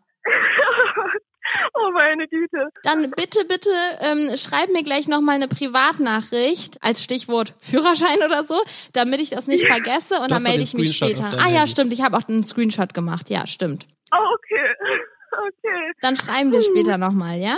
oh meine Güte. Dann bitte, bitte ähm, schreib mir gleich nochmal eine Privatnachricht als Stichwort Führerschein oder so, damit ich das nicht vergesse und Du dann hast doch melde den ich mich Screenshot auf später. deinem Ah ja, Handy. stimmt, ich habe auch einen Screenshot gemacht. Ja, stimmt. Oh, okay. Okay. Dann schreiben Mhm. wir später nochmal, ja?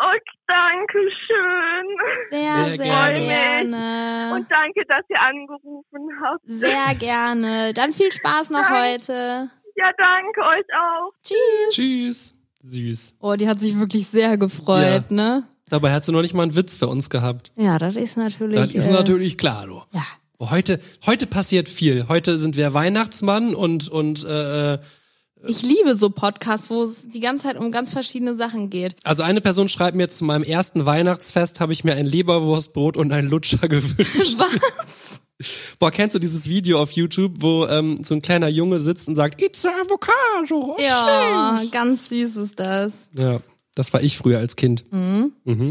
Oh, danke schön. Sehr, sehr, Sehr gerne. gerne. Und danke, dass ihr angerufen habt. Sehr gerne. Dann viel Spaß noch Danke. heute. Ja, danke euch auch. Tschüss. Tschüss. Süß. Oh, die hat sich wirklich sehr gefreut, Ja. ne? Dabei hat sie noch nicht mal einen Witz für uns gehabt. Ja, das ist natürlich. Das ist äh, natürlich klar, du. Ja. Boah, Heute, heute passiert viel. Heute sind wir Weihnachtsmann und, und äh, äh, Ich liebe so Podcasts, wo es die ganze Zeit um ganz verschiedene Sachen geht. *laughs* also eine Person schreibt mir zu meinem ersten Weihnachtsfest habe ich mir ein Leberwurstbrot und ein Lutscher *laughs* gewünscht. Was? Boah, kennst du dieses Video auf YouTube, wo ähm, so ein kleiner Junge sitzt und sagt, It's a avocado. oh, Ja, thanks." ganz süß ist das. ja, das war ich früher als Kind. Mhm.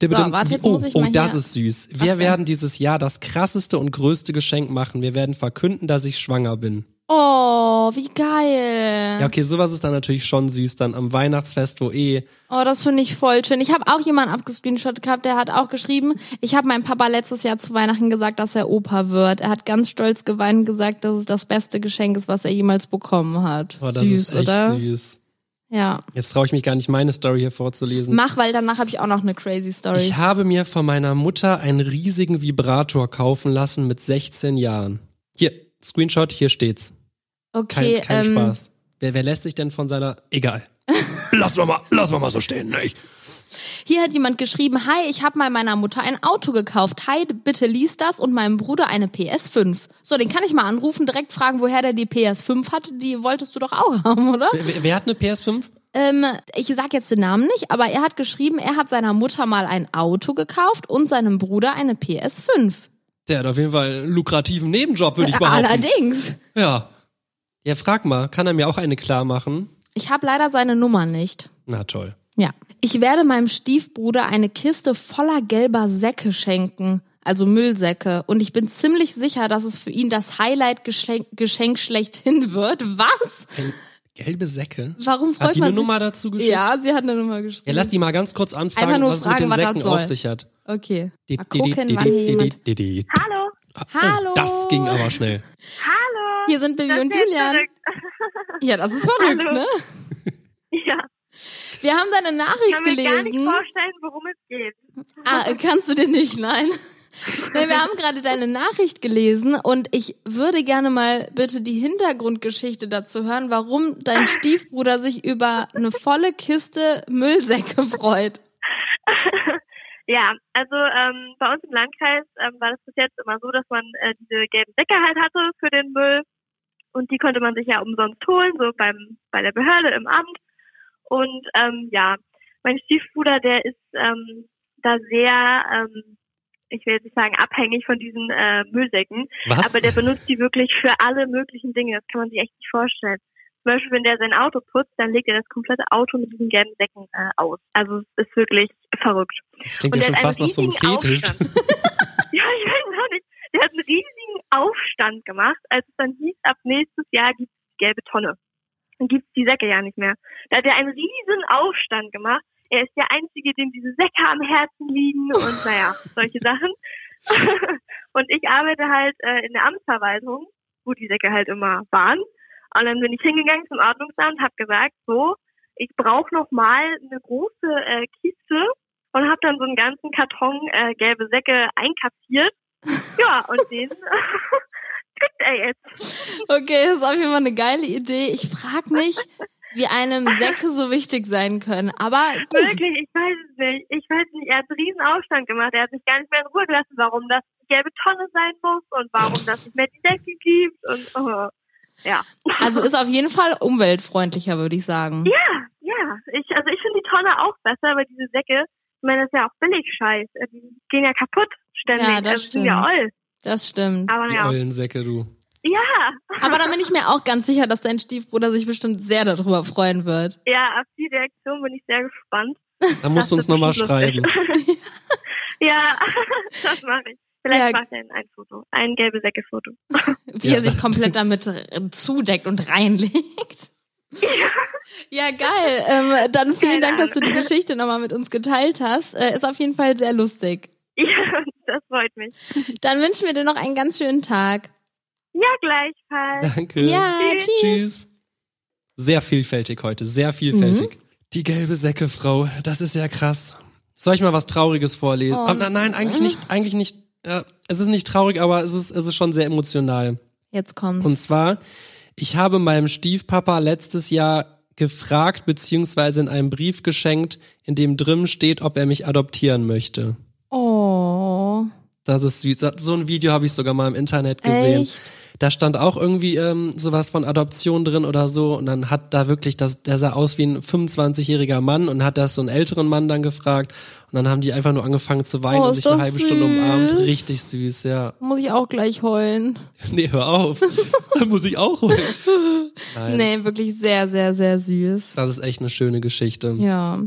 So, warte, jetzt oh, muss ich oh, mal das hier- ist süß. Wir denn? werden dieses Jahr das krasseste und größte Geschenk machen. Wir werden verkünden, dass ich schwanger bin. Oh, wie geil. Ja, okay, sowas ist dann natürlich schon süß, dann am Weihnachtsfest, wo eh. Oh, das finde ich voll schön. Ich habe auch jemanden abgescreenshot gehabt, der hat auch geschrieben, ich habe meinem Papa letztes Jahr zu Weihnachten gesagt, dass er Opa wird. Er hat ganz stolz geweint und gesagt, dass es das beste Geschenk ist, was er jemals bekommen hat. Oh, das süß, ist echt oder? süß. Ja. Jetzt traue ich mich gar nicht, meine Story hier vorzulesen. Mach, weil danach habe ich auch noch eine crazy Story. Hm. ich habe mir von meiner Mutter einen riesigen Vibrator kaufen lassen mit 16 Jahren. Hier, Screenshot, hier steht's. Kein, Okay, kein ähm, Spaß. Wer, wer lässt sich denn von seiner. *laughs* Egal. lass wir mal, lass wir mal so stehen, ne? Ich- Hier hat jemand geschrieben, hi, ich habe mal meiner Mutter ein Auto gekauft. Hi, bitte lies das und meinem Bruder eine PS5. So, den kann ich mal anrufen, direkt fragen, woher der die PS5 hat. Die wolltest du doch auch *laughs* haben, oder? Wer- Wer, wer hat eine PS5? Ähm, ich sag jetzt den Namen nicht, aber er hat geschrieben, er hat seiner Mutter mal ein Auto gekauft und seinem Bruder eine PS5. Der hat auf jeden Fall einen lukrativen *laughs* Nebenjob, würde ich behaupten. Allerdings. Ja. Ja, frag mal, kann er mir auch eine klar machen? Ich habe leider seine Nummer nicht. Na toll. Ja. Ich werde meinem Stiefbruder eine Kiste voller gelber Säcke schenken. Also Müllsäcke. Und ich bin ziemlich sicher, dass es für ihn das Highlight-Geschenk Geschenk schlechthin wird. Was? Gelbe Säcke? Warum freut Hat die man eine sich- Nummer dazu geschickt? Ja, sie hat eine Nummer geschrieben. Ja, lass die mal ganz kurz anfragen, Einfach nur was fragen, es was mit das den Säcken soll. auf sich hat. Okay. Di- Mal di- di- gucken, di- war hier di- jemand. di- di- di- Hallo. Hallo. Oh, das ging aber schnell. Hallo. Hier sind Bibi und Julian. Ja, das ist verrückt, Hallo. ne? Wir haben deine Ich Nachricht kann mir gar nicht gelesen. vorstellen, worum es geht. Ah, kannst du dir nicht, nein. Nee, wir haben gerade deine Nachricht gelesen und ich würde gerne mal bitte die Hintergrundgeschichte dazu hören, warum dein Stiefbruder sich über eine volle Kiste Müllsäcke freut. Ja, also ähm, bei uns im Landkreis ähm, war das bis jetzt immer so, dass man äh, diese gelben Säcke halt hatte für den Müll und die konnte man sich ja umsonst holen, so beim bei der Behörde im Amt. Und ähm, ja, mein Stiefbruder, der ist ähm, da sehr, ähm, ich will jetzt nicht sagen abhängig von diesen äh, Müllsäcken, Was? aber der benutzt die wirklich für alle möglichen Dinge. Das kann man sich echt nicht vorstellen. Zum Beispiel, wenn der sein Auto putzt, dann legt er das komplette Auto mit diesen gelben Säcken äh, aus. Also es ist wirklich verrückt. das klingt Und ja der schon hat fast nach einen so einem riesigen Fetisch. Aufstand. *laughs* ja, ich weiß auch nicht. Der hat einen riesigen Aufstand gemacht, als es dann hieß, ab nächstes Jahr gibt es die gelbe Tonne. Dann gibt es die Säcke ja nicht mehr. Da hat er einen riesen Aufstand gemacht. Er ist der Einzige, dem diese Säcke am Herzen *laughs* liegen und naja, solche Sachen. *laughs* und ich arbeite halt äh, in der Amtsverwaltung, wo die Säcke halt immer waren. Und dann bin ich hingegangen zum Ordnungsamt, habe gesagt, so, ich brauche nochmal eine große äh, Kiste und habe dann so einen ganzen Karton äh, gelbe Säcke einkassiert. Ja, und den *laughs* kriegt er jetzt. Okay, das ist auf jeden Fall eine geile Idee. Ich frage mich, wie einem Säcke so wichtig sein können. Aber gut, Wirklich, ich weiß es nicht. Ich weiß nicht, er hat einen riesen Aufstand gemacht. Er hat mich gar nicht mehr in Ruhe gelassen, warum das die gelbe Tonne sein muss und warum das nicht mehr die Säcke gibt. Und oh. ja. also ist auf jeden Fall umweltfreundlicher, würde ich sagen. Ja, ja. Ich, also ich finde die Tonne auch besser, aber diese Säcke, ich meine, das ist ja auch billig Scheiß. Äh, Die gehen ja kaputt ständig. Ja, das also, die sind ja all. Das stimmt. Aber Die ja. Eulensäcke, du. Ja, Aber da bin ich mir auch ganz sicher, dass dein Stiefbruder sich bestimmt sehr darüber freuen wird. ja, auf die Reaktion bin ich sehr gespannt. Da musst du uns wird nochmal lustig. schreiben. *laughs* Ja, *laughs* das mache ich. Vielleicht Ja. macht er ein Foto, ein gelbe Säcke-Foto. Wie Ja. er sich komplett damit r- zudeckt und *laughs* reinlegt. Ja, geil. Ähm, dann vielen Keine Dank, dass du die Ahnung. Geschichte nochmal mit uns geteilt hast. Äh, ist auf jeden Fall sehr lustig. Ja, *laughs* das freut mich. Dann wünschen wir dir noch einen ganz schönen Tag. Ja, gleichfalls. Danke. Ja, Tschüss. tschüss. Sehr vielfältig heute, sehr Mhm. vielfältig. Die gelbe Säcke, Frau, das ist ja krass. Soll ich mal was Trauriges vorlesen? Oh. Oh, nein, nein, eigentlich nicht, eigentlich nicht. Äh, es ist nicht traurig, aber es ist, es ist schon sehr emotional. Jetzt kommt's. Und zwar, ich habe meinem Stiefpapa letztes Jahr gefragt, beziehungsweise in einem Brief geschenkt, in dem drin steht, ob er mich adoptieren möchte. oh. Das ist süß. So ein Video habe ich sogar mal im Internet gesehen. Echt? Da stand auch irgendwie ähm, sowas von Adoption drin oder so. Und dann hat da wirklich, das, der sah aus wie ein 25-jähriger Mann und hat das so einen älteren Mann dann gefragt. Und dann haben die einfach nur angefangen zu weinen Oh, und ist sich eine das halbe Stunde umarmt. süß. Richtig süß, ja. *laughs* Muss ich auch gleich heulen. Nee, *laughs* hör auf. da muss ich auch holen. Nein. Nee, wirklich sehr, sehr, sehr süß. Das ist echt eine schöne Geschichte. Ja.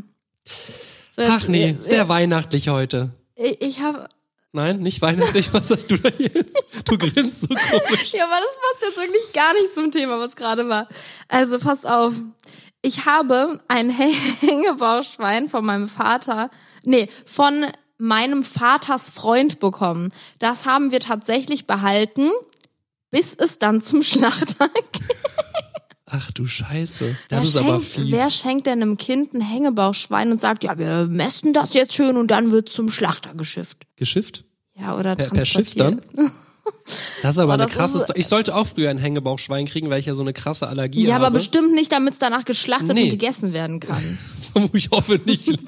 So, jetzt- Ach nee, äh, sehr weihnachtlich heute. Ich, ich habe. Nein, *laughs* nicht weihnachtlich. Was hast du da jetzt? Du grinst so komisch. Ja, aber das passt jetzt wirklich gar nicht zum Thema, was gerade war. Also pass auf. Ich habe ein *laughs* Hängebauchschwein von meinem Vater, nee, von meinem Vaters Freund bekommen. Das haben wir tatsächlich behalten, bis es dann zum *laughs* Schlachter ging. Ach du Scheiße. Wer Das ist aber schenkt- Wer fies. schenkt denn einem Kind ein Hängebauchschwein und sagt, ja, wir messen das jetzt schön und dann wird's zum Schlachter geschifft? Geschifft? Ja, oder Per, per Schiff transportiert. dann? Das ist aber Oh, eine das krasse ist- Story. Ich sollte auch früher ein Hängebauchschwein kriegen, weil ich ja so eine krasse Allergie Ja, habe. aber bestimmt nicht, damit es danach geschlachtet Nee. und gegessen werden *laughs* kann. ich hoffe *laughs* nicht.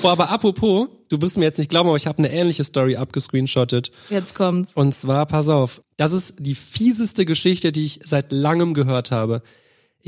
Boah, aber apropos, du wirst mir jetzt nicht glauben, aber ich habe eine ähnliche Story abgescreenshottet. Jetzt kommt's. Und zwar, pass auf, das ist die fieseste Geschichte, die ich seit langem gehört habe.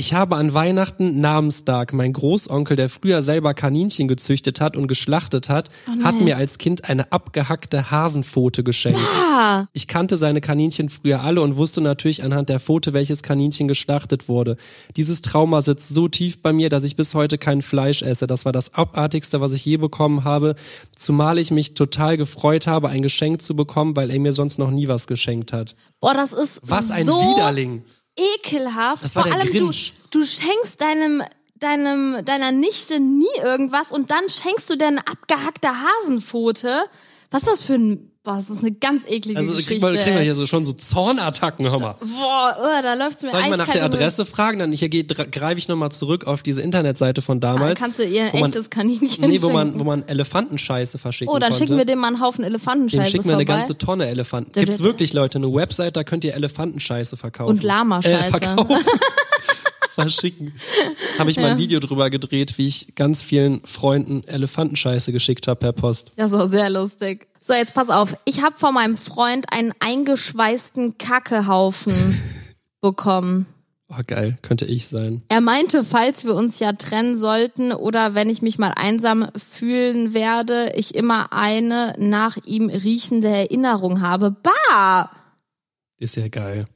Ich habe an Weihnachten Namenstag, mein Großonkel, der früher selber Kaninchen gezüchtet hat und geschlachtet hat, hat mir als Kind eine abgehackte Hasenpfote geschenkt. Ah, Ich kannte seine Kaninchen früher alle und wusste natürlich anhand der Pfote, welches Kaninchen geschlachtet wurde. Dieses Trauma sitzt so tief bei mir, dass ich bis heute kein Fleisch esse. Das war das abartigste, was ich je bekommen habe, zumal ich mich total gefreut habe, ein Geschenk zu bekommen, weil er mir sonst noch nie was geschenkt hat. boah, das ist Was ein so Widerling. ekelhaft. Das war Vor der allem Grinch. du, du schenkst deinem deinem deiner Nichte nie irgendwas und dann schenkst du dir eine abgehackte Hasenpfote. Was ist das für ein. Boah, das ist eine ganz eklige Also kriegt Geschichte. man, kriegen wir hier so schon so Zornattacken, hör mal. Boah, oh, da läuft's mir Soll ich mal nach eiskalt um der über- Adresse fragen? Dann hier geht- greife ich nochmal zurück auf diese Internetseite von Dann damals. Ah, kannst du ihr ein wo man- echtes Kaninchen Nee, wo man, schenken. wo man Elefantenscheiße verschicken Oh, dann konnte. schicken wir dem mal einen Haufen Elefantenscheiße Dem schicken wir eine vorbei. ganze Tonne Elefanten. Gibt's wirklich, Leute, eine Website, da könnt ihr Elefantenscheiße verkaufen. Und Lamascheiße. Äh, verkaufen. *laughs* Verschicken. Habe ich mal ein Video drüber gedreht, wie ich ganz vielen Freunden Elefantenscheiße geschickt habe per Post. Das war sehr lustig. So, jetzt pass auf. Ich habe von meinem Freund einen eingeschweißten Kackehaufen *laughs* bekommen. Oh, geil, könnte ich sein. Er meinte, falls wir uns ja trennen sollten oder wenn ich mich mal einsam fühlen werde, ich immer eine nach ihm riechende Erinnerung habe. Bah! Ist ja geil.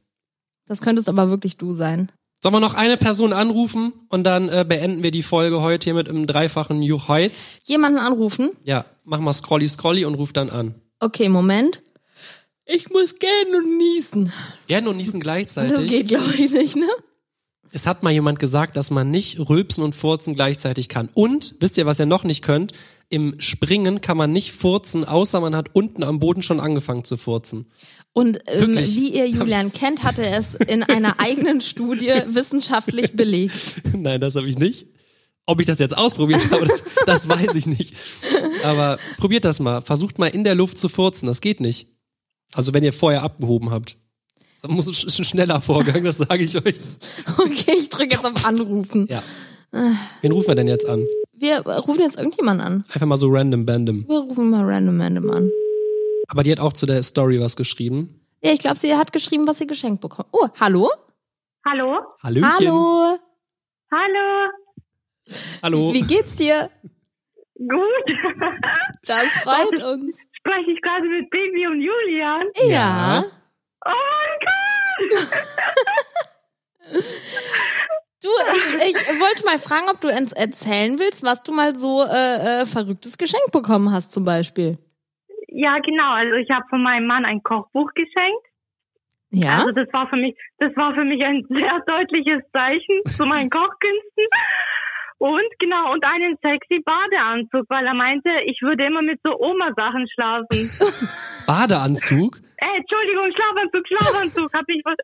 Das könntest aber wirklich du sein. Sollen wir noch eine Person anrufen und dann äh, beenden wir die Folge heute hier mit einem dreifachen Juchheiz? Jemanden anrufen? Ja, mach mal Scrolli Scrolli und ruf dann an. Okay, Moment. Ich muss gähnen und niesen. Gern und niesen gleichzeitig. Das geht, glaube ich, nicht, ne? Es hat mal jemand gesagt, dass man nicht rülpsen und furzen gleichzeitig kann. Und, wisst ihr, was ihr noch nicht könnt? Im Springen kann man nicht furzen, außer man hat unten am Boden schon angefangen zu furzen. *laughs* Und ähm, Wirklich? wie ihr Julian kennt, hatte er es in einer eigenen Studie wissenschaftlich belegt. Nein, das habe ich nicht. Ob ich das jetzt ausprobiert habe, das, das weiß ich nicht. Aber probiert das mal. Versucht mal in der Luft zu furzen. Das geht nicht. Also wenn ihr vorher abgehoben habt. Das muss ein sch- schneller Vorgang, das sage ich euch. Okay, ich drücke jetzt auf Anrufen. Ja. Wen rufen wir denn jetzt an? Wir äh, rufen jetzt irgendjemanden an. Einfach mal so random, bandom. Wir rufen mal random random an. Aber die hat auch zu der Story was geschrieben. Ja, ich glaube, sie hat geschrieben, was sie geschenkt bekommt. Oh, hallo? Hallo? Hallöchen. Hallo. Hallo? Hallo. Wie geht's dir? Gut. *laughs* Das freut uns. Spreche ich gerade mit Baby und Julian? Ja. Ja. Oh mein Gott! *laughs* Du, ich, ich wollte mal fragen, ob du uns erzählen willst, was du mal so äh, äh, verrücktes Geschenk bekommen hast zum Beispiel. Ja, genau. Also ich habe von meinem Mann ein Kochbuch geschenkt. Ja? Also das war für mich, das war für mich ein *laughs* sehr deutliches Zeichen zu meinen Kochkünsten. Und genau, und einen sexy Badeanzug, weil er meinte, ich würde immer mit so Oma-Sachen schlafen. Badeanzug. Äh, Entschuldigung, Schlafanzug, Schlafanzug, hab ich was.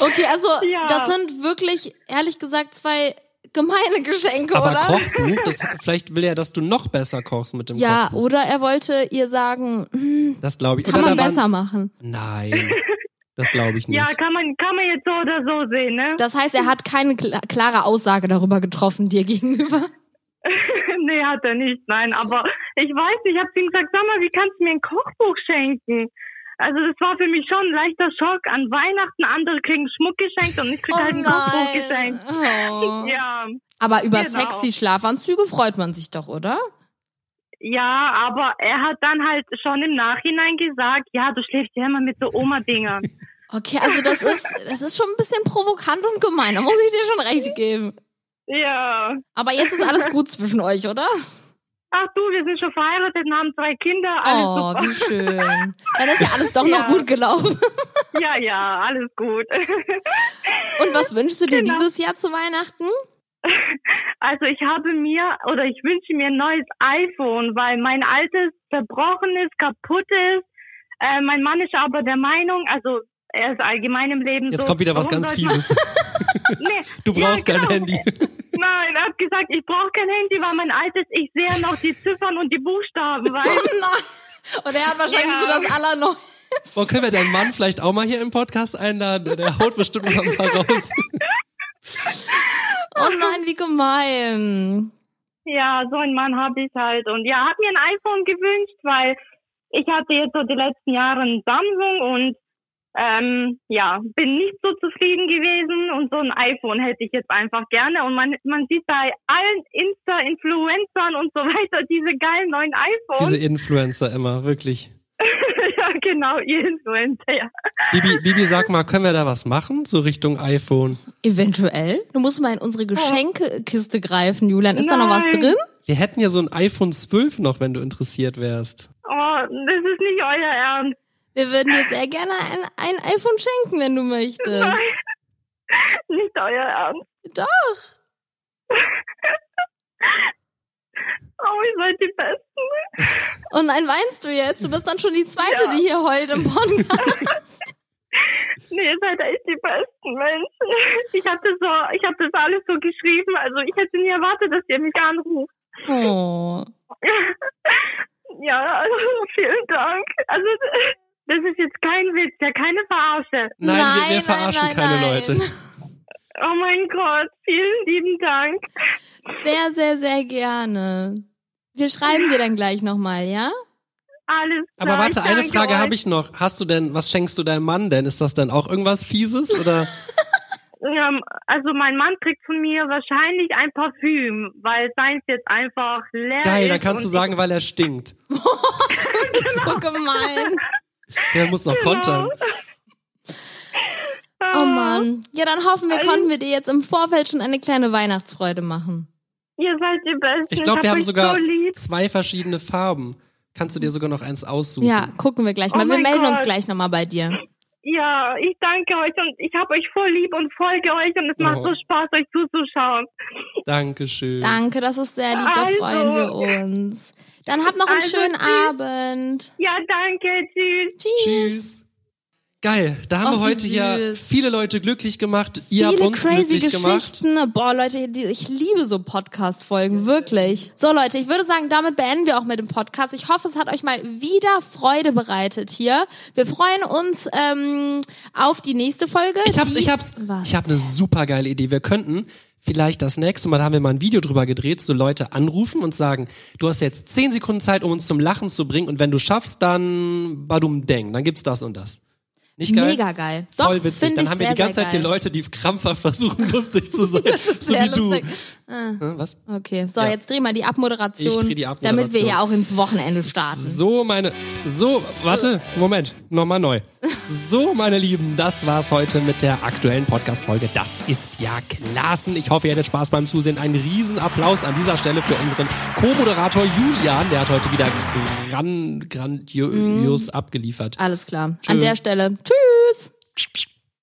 Okay, also Ja. das sind wirklich, ehrlich gesagt, zwei gemeine Geschenke, Aber oder? Kochbuch, das, vielleicht will er, dass du noch besser kochst mit dem Ja, Kochbuch. oder er wollte ihr sagen, hm, Das glaube ich. kann Oder man da waren- besser machen. Nein, das glaube ich nicht. Ja, kann man, kann man jetzt so oder so sehen, ne? Das heißt, er hat keine kla klare Aussage darüber getroffen dir gegenüber. *laughs* nee, hat er nicht, nein. Aber ich weiß nicht, ich habe ihm gesagt, sag mal, wie kannst du mir ein Kochbuch schenken? Also das war für mich schon ein leichter Schock. An Weihnachten andere kriegen Schmuck geschenkt und ich krieg halt ein Kochbuch geschenkt. Oh. Ja, Aber über Genau. sexy Schlafanzüge freut man sich doch, oder? ja, aber er hat dann halt schon im Nachhinein gesagt, ja, du schläfst ja immer mit so *laughs* Oma-Dingern. Okay, also das ist, das ist schon ein bisschen provokant und gemein. Da muss ich dir schon recht geben. ja. Aber jetzt ist alles gut zwischen euch, oder? Ach du, wir sind schon verheiratet und haben zwei Kinder. Alles Oh, super. wie schön. Dann ist ja alles doch noch Ja. gut gelaufen. Ja, ja, alles gut. *laughs* Und was wünschst du dir Genau. dieses Jahr zu Weihnachten? *laughs* Also ich habe mir oder ich wünsche mir ein neues iPhone, weil mein altes zerbrochen ist, kaputt ist. Äh, mein Mann ist aber der Meinung, also er ist allgemein im Leben Jetzt so. kommt wieder was warum ganz sollte man- Fieses. Nee, Du brauchst ja, genau. kein Handy. Nein, er hat gesagt, ich brauche kein Handy, weil mein altes, ich sehe noch die Ziffern und die Buchstaben, Oh weil nein. Und er hat wahrscheinlich Ja. so das Allerneu. Boah, können wir deinen Mann vielleicht auch mal hier im Podcast einladen? Der haut bestimmt mal ein paar raus. Oh nein, wie gemein. ja, so einen Mann habe ich halt. Und ja, hat mir ein iPhone gewünscht, weil ich hatte jetzt so die letzten Jahre ein Samsung und ähm, ja, bin nicht so zufrieden gewesen und so ein iPhone hätte ich jetzt einfach gerne. Und man, man sieht bei allen Insta-Influencern und so weiter diese geilen neuen Diese iPhones. Influencer immer, wirklich. *laughs* ja, genau, ihr Influencer, ja. Bibi, Bibi, sag mal, können wir da was machen? So Richtung iPhone. Eventuell. Du musst mal in unsere Geschenkekiste greifen, Julian. Ist da noch was Nein. drin? Wir hätten ja so ein iPhone 12 noch, wenn du interessiert wärst. Oh, das ist nicht euer Ernst. Wir würden dir sehr gerne ein, ein iPhone schenken, wenn du möchtest. *laughs* Nicht euer Ernst. Doch. *laughs* Oh, ihr seid die Besten. Und nein, weinst du jetzt? Du bist dann schon die zweite, die hier heult *laughs* im Podcast. Nee, ihr seid echt die besten Menschen. Ich hatte so, ich habe das alles so geschrieben. Also ich hätte nie erwartet, dass ihr mich anruft. Oh. Ja, also *laughs* vielen Dank. Also das ist jetzt kein Witz, ja keine Verarsche. Nein, Nein, wir, wir nein, verarschen nein, keine nein. Leute. Oh mein Gott, vielen lieben Dank. Sehr, sehr, sehr gerne. Wir schreiben dir dann gleich nochmal, ja? *laughs* Alles klar. Aber warte, ich eine danke Frage euch. habe ich noch. Hast du denn, was schenkst du deinem Mann denn? Ist das dann auch irgendwas Fieses? *laughs* Oder? Ähm, Also mein Mann kriegt von mir wahrscheinlich ein Parfüm, weil seins jetzt einfach leer Geil, ist. dann kannst du und sagen, weil er stinkt. Du bist so gemein. Ja, muss noch Genau, kontern. ich- Oh Mann. Ja, dann hoffen wir, konnten wir dir jetzt im Vorfeld schon eine kleine Weihnachtsfreude machen. Ihr seid die Besten. Ich glaube, wir hab haben euch sogar So lieb. zwei verschiedene Farben. Kannst du dir sogar noch eins aussuchen? Ja, gucken wir gleich Oh mal. wir mein melden uns Gott. gleich nochmal bei dir. Ja, ich danke euch und ich habe euch voll lieb und folge euch und es macht Oh. so Spaß, euch zuzuschauen. Dankeschön. Danke, das ist sehr lieb, da Also. freuen wir uns. Dann habt noch einen Also, schönen tschüss. Abend. Ja, danke, tschüss. Tschüss. Tschüss. Geil, da haben Ach, wir wie heute ja süß. viele Leute glücklich gemacht. Ihr habt Viele uns crazy glücklich gemacht. Geschichten. Boah, Leute, die, ich liebe so Podcast-Folgen, wirklich. So, Leute, ich würde sagen, damit beenden wir auch mit dem Podcast. Ich hoffe, es hat euch mal wieder Freude bereitet hier. Wir freuen uns ähm, auf die nächste Folge. Ich hab's, die, ich hab's. Was? Ich hab eine super geile Idee. Wir könnten vielleicht das nächste Mal, da haben wir mal ein Video drüber gedreht, so Leute anrufen und sagen, du hast jetzt 10 Sekunden Zeit, um uns zum Lachen zu bringen und wenn du schaffst, dann badum deng, dann gibt's das und das. Nicht geil? Mega geil. Doch, Voll witzig. find Dann ich haben wir sehr, die ganze sehr Zeit geil. die Leute, die *laughs* krampfhaft versuchen, lustig zu sein. so sehr wie du. lustig. Ah. Hm, was? Okay, so, Ja. jetzt dreh mal die Abmoderation, Ich dreh die Abmoderation. damit wir hier auch ins Wochenende starten. So, meine. So, warte, Moment, nochmal neu. So, meine Lieben, das war's heute mit der aktuellen Podcast-Folge. Das ist ja klassen. Ich hoffe, ihr hattet Spaß beim Zusehen. Einen riesen Applaus an dieser Stelle für unseren Co-Moderator Julian. Der hat heute wieder gran, grandios abgeliefert. Alles klar. Tschö. An der Stelle. Tschüss.